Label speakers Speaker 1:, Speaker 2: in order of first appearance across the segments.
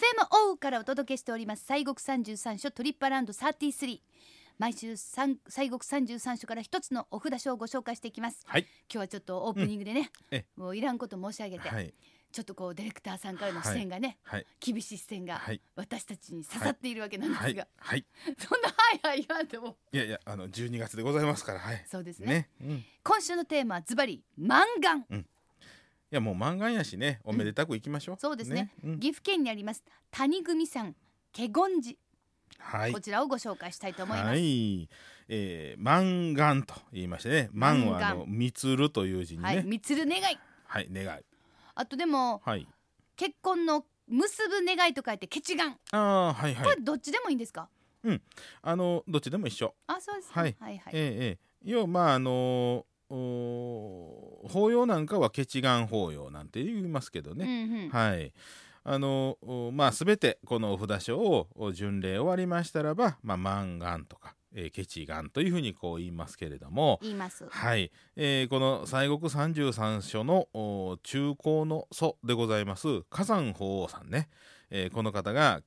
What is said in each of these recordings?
Speaker 1: FMO からお届けしております西国三十三所トリップアラウンド33毎週三西国三十三所から一つのお札書をご紹介していきます、
Speaker 2: はい
Speaker 1: 今日はちょっとオープニングでね、
Speaker 2: うんえ
Speaker 1: もういらんこと申し上げて、
Speaker 2: はい
Speaker 1: ちょっとこうディレクターさんからの視線がね、
Speaker 2: はい
Speaker 1: 厳しい視線が
Speaker 2: はい
Speaker 1: 私たちに刺さっているわけなんですが、
Speaker 2: はいはい
Speaker 1: そんなはいはい言わんでも
Speaker 2: いやいやあの12月でございますからはい
Speaker 1: そうですね
Speaker 2: ね、うん、い
Speaker 1: 今週のテーマはズバリマンガン
Speaker 2: やもう漫画やしねおめでたくいきましょう、
Speaker 1: そうですね
Speaker 2: うん
Speaker 1: 岐阜県にあります谷組さんケゴンジ、
Speaker 2: はい
Speaker 1: こちらをご紹介したいと思います、
Speaker 2: はい、えー、マンガンと言いましてね、マンはあ
Speaker 1: マンガ
Speaker 2: のミツルという字にね、
Speaker 1: は、
Speaker 2: はいい、
Speaker 1: みつる願い
Speaker 2: 願い、
Speaker 1: あとでも
Speaker 2: はい、
Speaker 1: 結婚の結ぶ願いと書いてケチガン
Speaker 2: ああはいは
Speaker 1: こ
Speaker 2: い
Speaker 1: れ、どっちでもいいんですか、
Speaker 2: あのどっちでも一緒、
Speaker 1: あそうですか、
Speaker 2: はい
Speaker 1: はいはい
Speaker 2: ええええ要はまああのーおー法要なんかはケチガン法要なんて言いますけどね、
Speaker 1: うんうん
Speaker 2: はい。あのおまあ全てこのお札書をお巡礼終わりましたらば、まあ、満願とか、えー、ケチ願というふうにこう言いますけれども、
Speaker 1: 言います
Speaker 2: はい、えーこの西国三十三所のお中高の祖でございます火山法王さんね、えーこの方が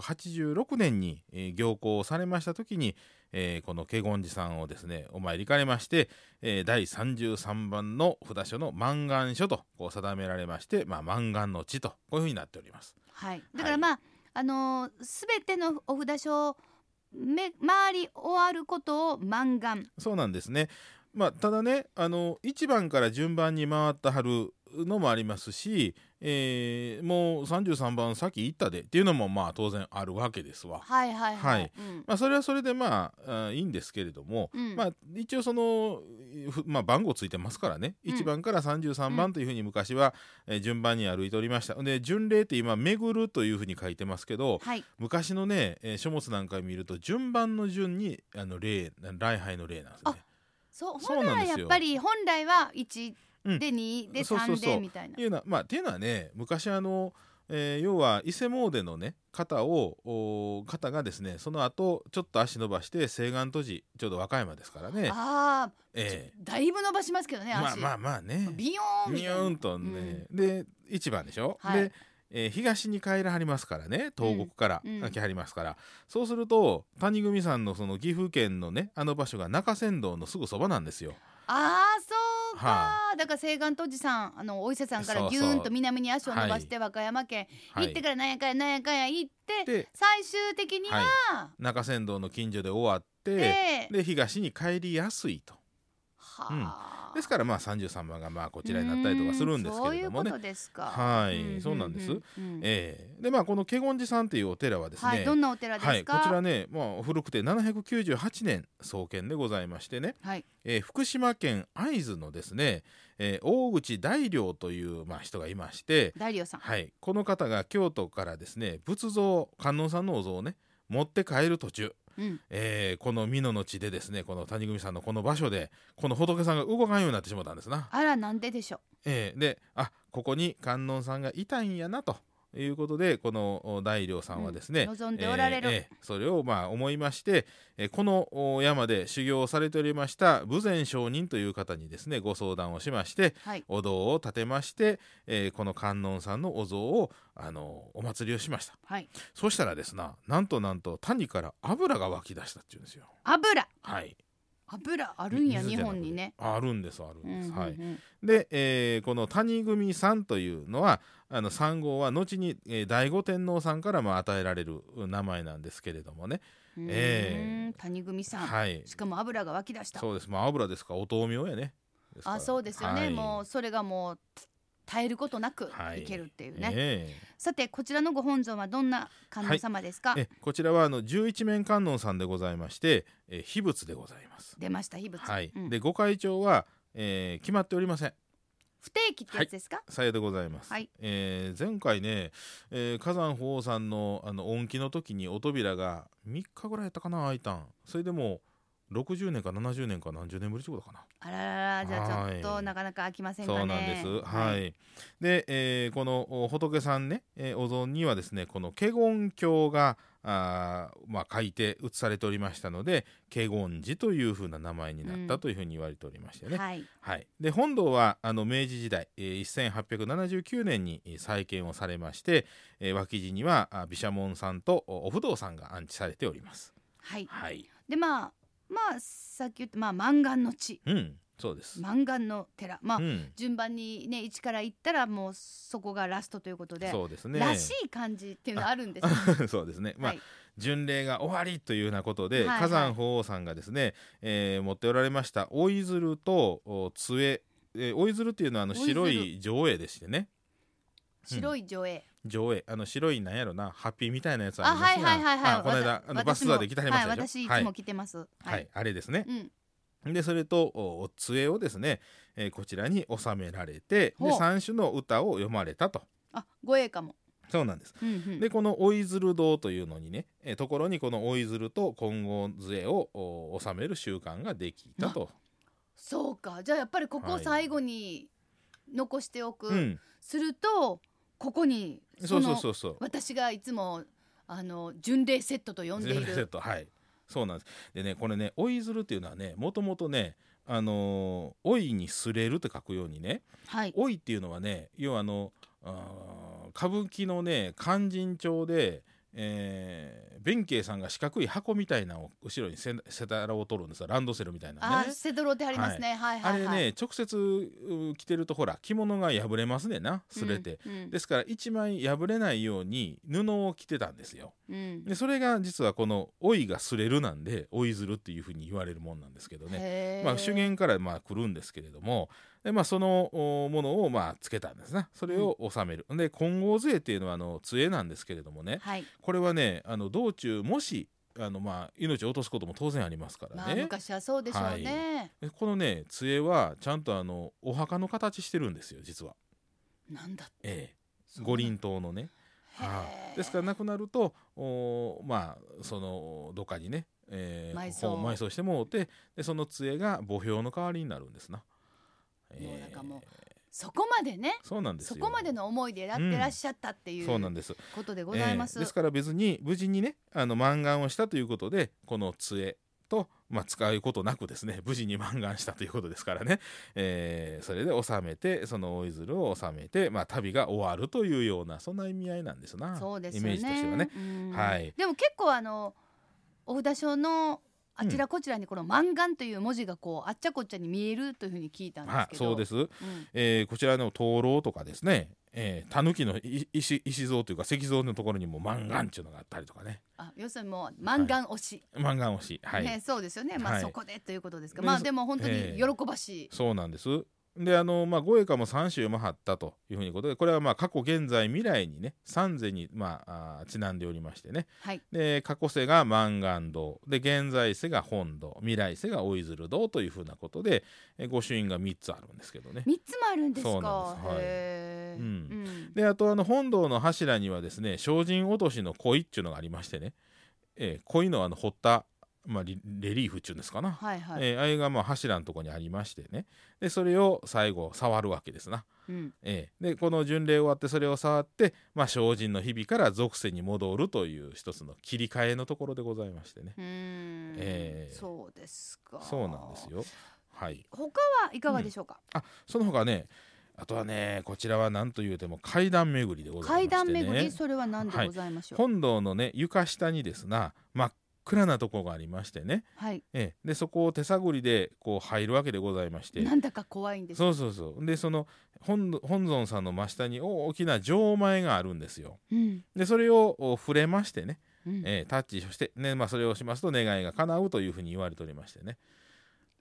Speaker 2: 986年に、えー行幸されました時に、えーこの華厳寺さんをですねお参り行かれまして、えー第33番の札所の満願書とこう定められまして、まあ、満願の地とこういうふうになっております。
Speaker 1: はいだからまあ、あのーすべてのお札書をめ回り終わることを満願
Speaker 2: そうなんですね。まあ、ただねあの1番から順番に回ったはるのもありますし、えーもう33番先行ったでっていうのもまあ当然あるわけですわ。
Speaker 1: はいはいはい、
Speaker 2: はい
Speaker 1: うん
Speaker 2: まあ、それはそれでまああいいんですけれども、
Speaker 1: うん
Speaker 2: まあ、一応その、ふまあ、番号ついてますからね、
Speaker 1: うん
Speaker 2: 1番から33番というふうに昔は、えー順番に歩いておりましたで巡礼って今「巡る」というふうに書いてますけど、
Speaker 1: はい
Speaker 2: 昔のね、えー書物なんか見ると順番の順にあの礼礼拝の礼なんですね。
Speaker 1: そう
Speaker 2: そ
Speaker 1: ほ
Speaker 2: うなんん
Speaker 1: な
Speaker 2: で
Speaker 1: ら
Speaker 2: す
Speaker 1: や
Speaker 2: よ
Speaker 1: っぱり本来は1
Speaker 2: うん
Speaker 1: で2で
Speaker 2: そうそう
Speaker 1: 3
Speaker 2: そう
Speaker 1: でみたいな、
Speaker 2: いうのはまあっていうのはね昔あの、えー要は伊勢詣でのね方をおー方がですねその後ちょっと足伸ばして西岸都市ちょうど和歌山ですからね、
Speaker 1: ああ、
Speaker 2: え
Speaker 1: ちょだいぶ伸ばしますけどね
Speaker 2: ー、まあ
Speaker 1: 足、
Speaker 2: まあまあね
Speaker 1: ビヨーンみ
Speaker 2: ニ
Speaker 1: たいな
Speaker 2: ューンとね、で1番でしょ、
Speaker 1: はい
Speaker 2: で、えー東に帰らはりますからね東国から
Speaker 1: うんうん
Speaker 2: 来はりますから、そうすると谷組さんのその岐阜県のねあの場所が中山道のすぐそばなんですよ。
Speaker 1: ああそうか、
Speaker 2: は
Speaker 1: だから西岸都知さんあのお医者さんから
Speaker 2: そう
Speaker 1: ぎ
Speaker 2: そう
Speaker 1: ゅーんと南に足を伸ばして和歌山県、
Speaker 2: はい、
Speaker 1: 行ってからなんやかんやなんやかんや行って
Speaker 2: で
Speaker 1: 最終的には、
Speaker 2: はい中山道の近所で終わって。
Speaker 1: で
Speaker 2: で東に帰りやすいと
Speaker 1: はあ
Speaker 2: ですからまあ33番がまあこちらになったりとかするんですけれども
Speaker 1: うーんそういうこ
Speaker 2: ね
Speaker 1: とですか
Speaker 2: はい
Speaker 1: ん
Speaker 2: そうなんです
Speaker 1: ううん
Speaker 2: ええでまあこの華厳寺さんというお寺はですね、
Speaker 1: はいどんなお寺で
Speaker 2: は
Speaker 1: す
Speaker 2: い
Speaker 1: か、
Speaker 2: こちらね、まあ、古くて798年創建でございましてね、
Speaker 1: はい
Speaker 2: えー福島県会津のですね、えー大口大良という、まあ、人がいまして、
Speaker 1: 大龍さん
Speaker 2: はい、この方が京都からですね仏像観音さんのお像をね持って帰る途中、
Speaker 1: うん
Speaker 2: えーこの美濃の地でですねこの谷組さんのこの場所でこの仏さんが動かんようになってしまったんですな。
Speaker 1: あらなんででしょ
Speaker 2: えーであここに観音さんがいたんやなということでこのお大良さんはですね、
Speaker 1: うん望んでおられる
Speaker 2: それをまあ思いまして、えーこのお山で修行をされておりました豊前上人という方にですねご相談をしまして
Speaker 1: うはい
Speaker 2: お堂を建てまして、えーこの観音さんのお像をあのお祭りをしました
Speaker 1: はい
Speaker 2: そしたらですななんとなんと谷から油が湧き出したっていうんですよ
Speaker 1: 油
Speaker 2: はい
Speaker 1: 油あるんや
Speaker 2: 水
Speaker 1: 日
Speaker 2: じゃなく
Speaker 1: 本
Speaker 2: て
Speaker 1: にね
Speaker 2: ああるんですあるんです、
Speaker 1: うんうんうん
Speaker 2: はいで、えーこの谷組さんというのはあの3号は後に、えー醍醐天皇さんからも与えられる名前なんですけれどもね
Speaker 1: うーん
Speaker 2: え
Speaker 1: 谷組さん、
Speaker 2: はい
Speaker 1: しかも油が湧き出した
Speaker 2: そうですまあ油ですからお豆苗やねですから
Speaker 1: あそうですよね、
Speaker 2: はい
Speaker 1: もうそれがもうた耐えることなく
Speaker 2: はい
Speaker 1: いけるっていうね、
Speaker 2: え
Speaker 1: さてこちらのご本尊はどんな観音様ですか、
Speaker 2: ええこちらはあの十一面観音さんでございまして、えー秘仏でございます
Speaker 1: 出ました秘仏、
Speaker 2: はい、
Speaker 1: うん
Speaker 2: でご会長は、えー決まっておりません
Speaker 1: 不定期ってやつですか、
Speaker 2: さようでございます、
Speaker 1: はい
Speaker 2: えー前回ね、えー火山法王さんのあの恩恵の時にお扉が3日ぐらいやったかな開いたんそれでもう60年か70年か何十年ぶりってことかな。
Speaker 1: あらららじゃあちょっ
Speaker 2: は
Speaker 1: と
Speaker 2: い
Speaker 1: なかなか飽きませんかね
Speaker 2: そうなんです。はい。で、えーこのお仏さんね、えーお像にはですね、この華厳経があーまあ書いて写されておりましたので、華厳寺というふうな名前になっ
Speaker 1: う
Speaker 2: た
Speaker 1: ん
Speaker 2: というふうに言われておりましてね。はい。
Speaker 1: はい
Speaker 2: で、本堂はあの明治時代、えー1879年にえー再建をされまして、えー脇地にはあ毘沙門さんとおお不動さんが安置されております。
Speaker 1: はい
Speaker 2: はい。
Speaker 1: でまあまあさっき言ったまあ満願の地
Speaker 2: うん、そうです。
Speaker 1: 満願の寺まあ、
Speaker 2: うん、
Speaker 1: 順番にね一から行ったらもうそこがラストということで、
Speaker 2: そうですね。
Speaker 1: らしい感じっていうのはあるんですよ
Speaker 2: そうですね。まあ、
Speaker 1: はい
Speaker 2: 巡礼が終わりというようなこと
Speaker 1: は
Speaker 2: で、
Speaker 1: いはい
Speaker 2: 火山法王さんがですね、えー持っておられました追い鶴とお杖、えー、追い鶴っていうのはあの
Speaker 1: 追鶴
Speaker 2: 白い上絵でしてね
Speaker 1: 白い上映、
Speaker 2: 上絵あの白いなんやろなハッピーみたいなやつあ
Speaker 1: あ
Speaker 2: りま
Speaker 1: は
Speaker 2: す
Speaker 1: いはいはいはい
Speaker 2: あこの間あの
Speaker 1: 私
Speaker 2: バスツアーで来てはりました
Speaker 1: はい
Speaker 2: で
Speaker 1: 私
Speaker 2: し
Speaker 1: い
Speaker 2: ょは
Speaker 1: つ
Speaker 2: い
Speaker 1: も、来てますは
Speaker 2: はいあれですね
Speaker 1: うん
Speaker 2: でそれとおお杖をですね、えーこちらに収められて
Speaker 1: ほう
Speaker 2: で三種の歌を読まれたと
Speaker 1: あ護衛かも、
Speaker 2: そうなんです
Speaker 1: うんうん、
Speaker 2: でこの追鶴堂というのにねえーところにこの追鶴と金剛杖をお収める習慣ができたと、
Speaker 1: そうかじゃあやっぱりここを
Speaker 2: はい
Speaker 1: 最後に残しておく、
Speaker 2: うん、
Speaker 1: するとここに
Speaker 2: そうそ
Speaker 1: そ
Speaker 2: うそ
Speaker 1: の
Speaker 2: うそう
Speaker 1: 私がいつもあの巡礼セットと呼んでい
Speaker 2: ゼロセッ
Speaker 1: る
Speaker 2: トはいそうなんですでねこれね追鶴っていうのはねもともとねあのー老いにすれると書くようにね
Speaker 1: はい
Speaker 2: 老いっていうのはね要はあのあー歌舞伎のね勧進帳で、えー弁慶さんが四角い箱みたいなのを後ろにせせたらを取るんですよランドセルみたいなね
Speaker 1: あーセドロってありますね、はい、
Speaker 2: あ
Speaker 1: はい
Speaker 2: れ
Speaker 1: はい
Speaker 2: ね、直接う着てるとほら着物が破れますねんなすれて、
Speaker 1: うんうん
Speaker 2: ですから一枚破れないように布を着てたんですよ
Speaker 1: うん
Speaker 2: でそれが実はこの「老いがすれる」なんで「老いずる」っていうふうに言われるもんなんですけどね、
Speaker 1: へー
Speaker 2: まあ、主言からまあ来るんですけれどもで、まあ、そのおものをまあつけたんですなそれを収める、で金剛杖っていうのはあの杖なんですけれどもね
Speaker 1: はい、
Speaker 2: これはねあの道中もしあのまあ命を落とすことも当然ありますからね。
Speaker 1: まあ昔はそうでしょうね、
Speaker 2: えこのね杖はちゃんとあのお墓の形してるんですよ実は、
Speaker 1: なんだ
Speaker 2: ええ
Speaker 1: そう
Speaker 2: 五輪塔のね、
Speaker 1: へー
Speaker 2: はいですから亡くなるとおーまあそのどっかにね、ええ
Speaker 1: 埋葬
Speaker 2: こう埋葬してもうてでその杖が墓標の代わりになるんですな、
Speaker 1: もうなんかもう
Speaker 2: え
Speaker 1: そこまでね
Speaker 2: えそうなんです
Speaker 1: そ
Speaker 2: よ
Speaker 1: こまでの思いでやってらっしゃったっていう、
Speaker 2: そうなんです
Speaker 1: ことでございます、
Speaker 2: ええですから別に無事にねあの満願をしたということでこの杖と、まあ、使うことなくですね無事に満願したということですからね、ええそれで納めてその大いずるを納めて、まあ、旅が終わるというようなそんな意味合いなんですな
Speaker 1: そうです
Speaker 2: イ
Speaker 1: よね
Speaker 2: メージとしてはね。
Speaker 1: うん
Speaker 2: はい
Speaker 1: でも結構あのお札所のあちらこちらにこの「満願」という文字がこうあっちゃこっちゃに見えるというふうに聞いたんです
Speaker 2: あ
Speaker 1: けど、
Speaker 2: そうです、
Speaker 1: うん
Speaker 2: ええこちらの灯籠とかですね、ええ、狸のい石石像というか石像のところにも満願っていうのがあったりとかね
Speaker 1: あ要するにもう満願推し、
Speaker 2: 満願推しはい、
Speaker 1: ね、そうですよね、まあ
Speaker 2: はい
Speaker 1: そこでということですか、
Speaker 2: で
Speaker 1: まあ
Speaker 2: そ
Speaker 1: でも本当
Speaker 2: え
Speaker 1: に
Speaker 2: え
Speaker 1: 喜ばしい、
Speaker 2: そうなんです。であのまあ、五栄華も3州回ったというふうにことでこれはまあ過去現在未来にね三世に、まあ、あーちなんでおりましてね
Speaker 1: はい
Speaker 2: で過去世が満願堂で現在世が本堂未来世が追鶴堂というふうなことでえ御朱印が3つあるんですけどね。
Speaker 1: 三つもあるんですか
Speaker 2: そうなんですはい
Speaker 1: へえ、
Speaker 2: うん
Speaker 1: うん
Speaker 2: であとあの本堂の柱にはですね精進落としの鯉っていうのがありましてね、えー、鯉のあの彫った、まあ、リレリーフっていうんですかな、
Speaker 1: はいはい、
Speaker 2: えーあれがまあ柱のところにありましてねでそれを最後触るわけですな。
Speaker 1: うん、
Speaker 2: ええ、でこの巡礼終わってそれを触って、まあ、精進の日々から俗世に戻るという一つの切り替えのところでございましてね
Speaker 1: うーん
Speaker 2: ええ
Speaker 1: そうですか
Speaker 2: そうなんですよはい
Speaker 1: 他はいかがでしょうか、
Speaker 2: あその他ねあとはねこちらは何というても階段巡りでござい
Speaker 1: 階
Speaker 2: まし
Speaker 1: 段
Speaker 2: て、ね、
Speaker 1: 巡りそれは何でございましょう、
Speaker 2: 本堂のね床下にですな真っ暗なとこがありましてね、
Speaker 1: はい
Speaker 2: ええ、でそこを手探りでこう入るわけでございまして
Speaker 1: なんだか怖いんです
Speaker 2: そうそうそうでその本本尊さんの真下に大きな錠前があるんですよ
Speaker 1: うん
Speaker 2: でそれをお触れましてね
Speaker 1: うん
Speaker 2: えータッチそして、ねまあ、それをしますと願いが叶うというふうに言われておりましてね。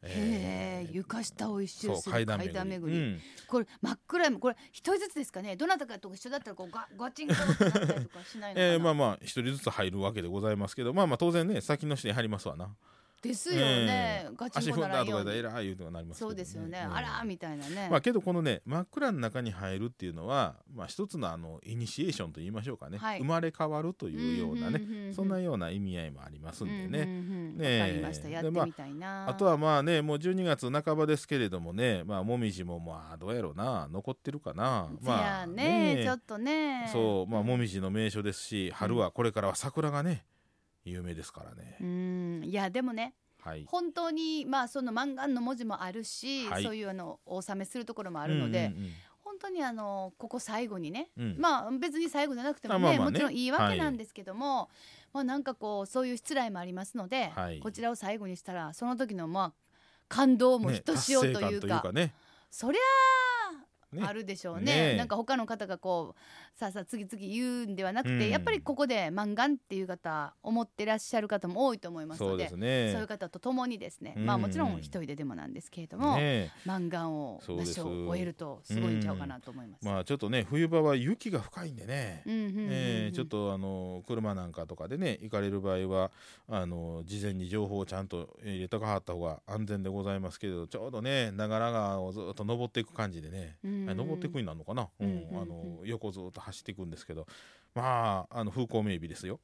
Speaker 1: へえ床下を一周す
Speaker 2: そう
Speaker 1: る
Speaker 2: 階
Speaker 1: 階
Speaker 2: 段
Speaker 1: 段
Speaker 2: 巡
Speaker 1: 巡
Speaker 2: り
Speaker 1: りこれ真っ暗いこれ一人ずつですかねどなたかと一緒だったらこうガガチンコってなったりとかしな
Speaker 2: う
Speaker 1: いのかな、
Speaker 2: んえーまあまあ一人ずつ入るわけでございますけどまあまあ当然ね先の人に入りますわな。
Speaker 1: ですよね、ガチ
Speaker 2: 足
Speaker 1: ンコ
Speaker 2: 踏
Speaker 1: なんら
Speaker 2: だ
Speaker 1: ん
Speaker 2: と
Speaker 1: よ
Speaker 2: か
Speaker 1: う
Speaker 2: でえ
Speaker 1: に
Speaker 2: らいいうのがなりますけ
Speaker 1: そ
Speaker 2: ど
Speaker 1: うですよね、
Speaker 2: うん
Speaker 1: あらーみたいなね、
Speaker 2: まあけどこのね真っ暗の中に入るっていうのは、まあ、一つのあのイニシエーションと言いましょうかね、
Speaker 1: はい
Speaker 2: 生まれ変わるというようなね、
Speaker 1: ね
Speaker 2: そんなような意味合いもありますんでね、
Speaker 1: ね
Speaker 2: ねえ
Speaker 1: わかりましたやってみたいな、
Speaker 2: あと
Speaker 1: は
Speaker 2: はまあねもう12月半ばですけれどもねまあもみじもまあどうやろうな残ってるかなまあ
Speaker 1: やねちょっとね
Speaker 2: そうまあも
Speaker 1: み
Speaker 2: みじの名所ですし春はこれからは桜がね有名ですからね、
Speaker 1: うんいやでもね
Speaker 2: はい
Speaker 1: 本当にまあその満願の文字もあるし、
Speaker 2: はい
Speaker 1: そういうあのお納めするところもあるので、
Speaker 2: うん
Speaker 1: 本当にあのここ最後にね
Speaker 2: うんうんうん
Speaker 1: まあ別に最後じゃなくてもね,、
Speaker 2: あまあまあね
Speaker 1: もちろんいいわけなんですけども、まあなんかこうそういう失礼もありますので、
Speaker 2: はい
Speaker 1: こちらを最後にしたらその時のまあ感動も
Speaker 2: ね
Speaker 1: ひとしおというか,、
Speaker 2: 達成感というかね
Speaker 1: そりゃ
Speaker 2: ね
Speaker 1: ああるでしょうね
Speaker 2: ね
Speaker 1: なんか他の方がこうさあさあ次々言うんではなくて、
Speaker 2: うん
Speaker 1: やっぱりここで満願っていう方思ってらっしゃる方も多いと思います
Speaker 2: そ
Speaker 1: の
Speaker 2: う
Speaker 1: で。
Speaker 2: ですね
Speaker 1: そういう方と共にですね、
Speaker 2: うん
Speaker 1: まあもちろん一人ででもなんですけれども、
Speaker 2: ね
Speaker 1: 満願を
Speaker 2: そう
Speaker 1: な
Speaker 2: です
Speaker 1: しを終えるとすごいんちゃうかなと思います。
Speaker 2: まあちょっとね冬場は雪が深いんでね、
Speaker 1: うんうんうんうん
Speaker 2: えーちょっとあの車なんかとかでね行かれる場合はあの事前に情報をちゃんとえー入れとかはった方が安全でございますけれどちょうどね長良川をずっと登っていく感じでね、
Speaker 1: うん
Speaker 2: あれ登っていくになるのかな、うん
Speaker 1: うんうんうん
Speaker 2: あの横ずっと走っていくんですけどまああの風光明媚ですよ、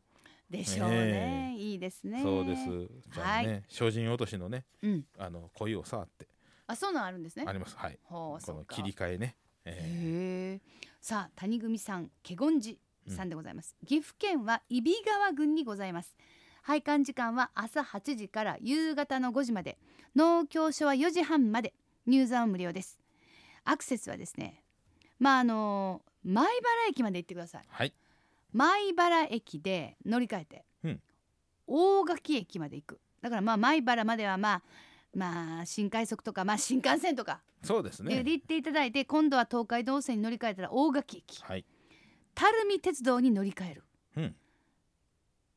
Speaker 1: でしょうね、いいですね
Speaker 2: そうですじゃあね、
Speaker 1: は
Speaker 2: 精進落としのね
Speaker 1: うん
Speaker 2: あの恋をさって
Speaker 1: あそうなんあるんですね
Speaker 2: ありますはい
Speaker 1: ほう
Speaker 2: こ
Speaker 1: そ
Speaker 2: の
Speaker 1: うか
Speaker 2: 切り替えね、え
Speaker 1: へえさあ谷組さん華厳寺さんでございます、岐阜県は揖斐川郡にございます拝観時間は朝8時から夕方の5時まで農協所は4時半まで入山は無料ですアクセスはですねまああの前原駅まで行ってください
Speaker 2: ーはい
Speaker 1: 米原駅で乗り換えて、
Speaker 2: うん
Speaker 1: 大垣駅まで行くだからまあ米原まではまあまあ新快速とかまあ新幹線とか
Speaker 2: そうです
Speaker 1: で
Speaker 2: ね
Speaker 1: 行っていただいて今度は東海道線に乗り換えたら大垣駅
Speaker 2: はい
Speaker 1: 垂水鉄道に乗り換える、
Speaker 2: うん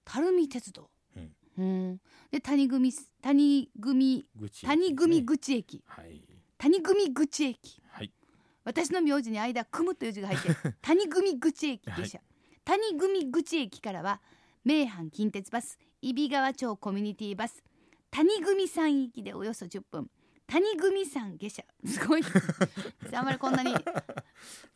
Speaker 1: 垂水鉄道、
Speaker 2: うん
Speaker 1: うんで谷組谷組
Speaker 2: 愚痴ですね
Speaker 1: 谷組口駅、
Speaker 2: はい
Speaker 1: 谷組口駅
Speaker 2: はい
Speaker 1: 私の名字に間「組む」という字が入って 谷組口駅でした、谷組口駅からは名阪近鉄バス揖斐川町コミュニティバス谷組山行きでおよそ10分谷組山下車す ごいあんまりこんなに、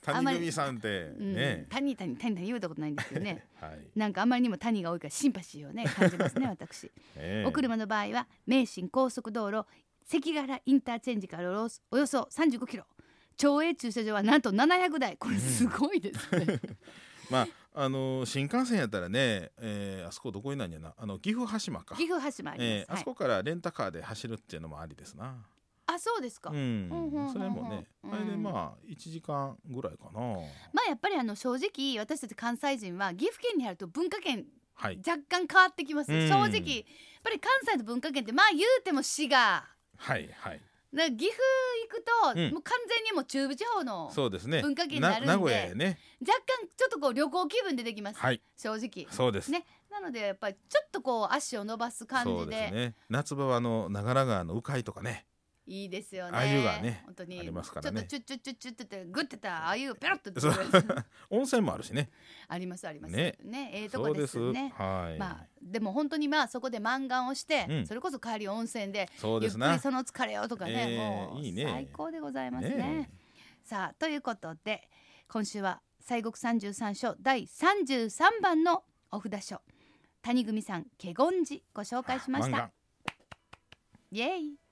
Speaker 1: あんま
Speaker 2: 谷
Speaker 1: り
Speaker 2: 組さんって
Speaker 1: うん
Speaker 2: ね、
Speaker 1: 谷谷谷谷言うたことないんですけどね
Speaker 2: はい、
Speaker 1: なんかあまりにも谷が多いからシンパシーをね感じ ますね私
Speaker 2: ええ
Speaker 1: お車の場合は名神高速道路関ヶ原インターチェンジからおろすおよそ35キロ町営駐車場はなんと700台これすごいですね、
Speaker 2: まああのー新幹線やったらね、えーあそこどこになんやなあの岐阜羽島か
Speaker 1: 岐阜羽島あります、
Speaker 2: えーあ
Speaker 1: はい
Speaker 2: そこからレンタカーで走るっていうのもありですな、
Speaker 1: あそうですか、
Speaker 2: う
Speaker 1: ほんほんほんほ
Speaker 2: ん
Speaker 1: ん
Speaker 2: それもね、
Speaker 1: うん
Speaker 2: あれでまあ一時間ぐらいかな
Speaker 1: まあやっぱりあの正直私たち関西人は岐阜県に入ると文化圏
Speaker 2: はい
Speaker 1: 若干変わってきます、
Speaker 2: うん
Speaker 1: 正直やっぱり関西の文化圏ってまあ言うても滋賀
Speaker 2: はいはい
Speaker 1: な岐阜行くと、
Speaker 2: うん
Speaker 1: もう完全にもう中部地方の若
Speaker 2: そうですね
Speaker 1: 文化圏になるんで
Speaker 2: 名古屋へね
Speaker 1: 干ちょっとこう旅行気分でできます、
Speaker 2: はい
Speaker 1: 正直
Speaker 2: そうです、
Speaker 1: ねなのでやっぱりちょっとこう足を伸ばす感じで
Speaker 2: そうですね夏場はあの長良川の鵜飼とかね
Speaker 1: いいですよね。
Speaker 2: 鮎がね
Speaker 1: 本当に
Speaker 2: ありますからね
Speaker 1: ちょっとチュッチュッチュッチュッって言ってグッてたらあゆペロッと出て
Speaker 2: そう
Speaker 1: く るやつ
Speaker 2: 温泉もあるしね
Speaker 1: ありますあります。ね
Speaker 2: ね
Speaker 1: ええと
Speaker 2: そ
Speaker 1: こ
Speaker 2: う
Speaker 1: で
Speaker 2: ですす
Speaker 1: よね。
Speaker 2: はい、
Speaker 1: まあでも本当にまあそこで満願をして、
Speaker 2: うん
Speaker 1: それこそ帰り温泉で
Speaker 2: そ
Speaker 1: ゆ
Speaker 2: うで
Speaker 1: っく
Speaker 2: す
Speaker 1: り
Speaker 2: な
Speaker 1: その疲れをとかね、
Speaker 2: ええ
Speaker 1: もう
Speaker 2: いいね
Speaker 1: 最高でございますね。
Speaker 2: ね
Speaker 1: さあということで今週は西国三十三所第三十三番のお札書谷組さん華厳寺ご紹介しまし
Speaker 2: 漫
Speaker 1: た。
Speaker 2: 画
Speaker 1: イエイ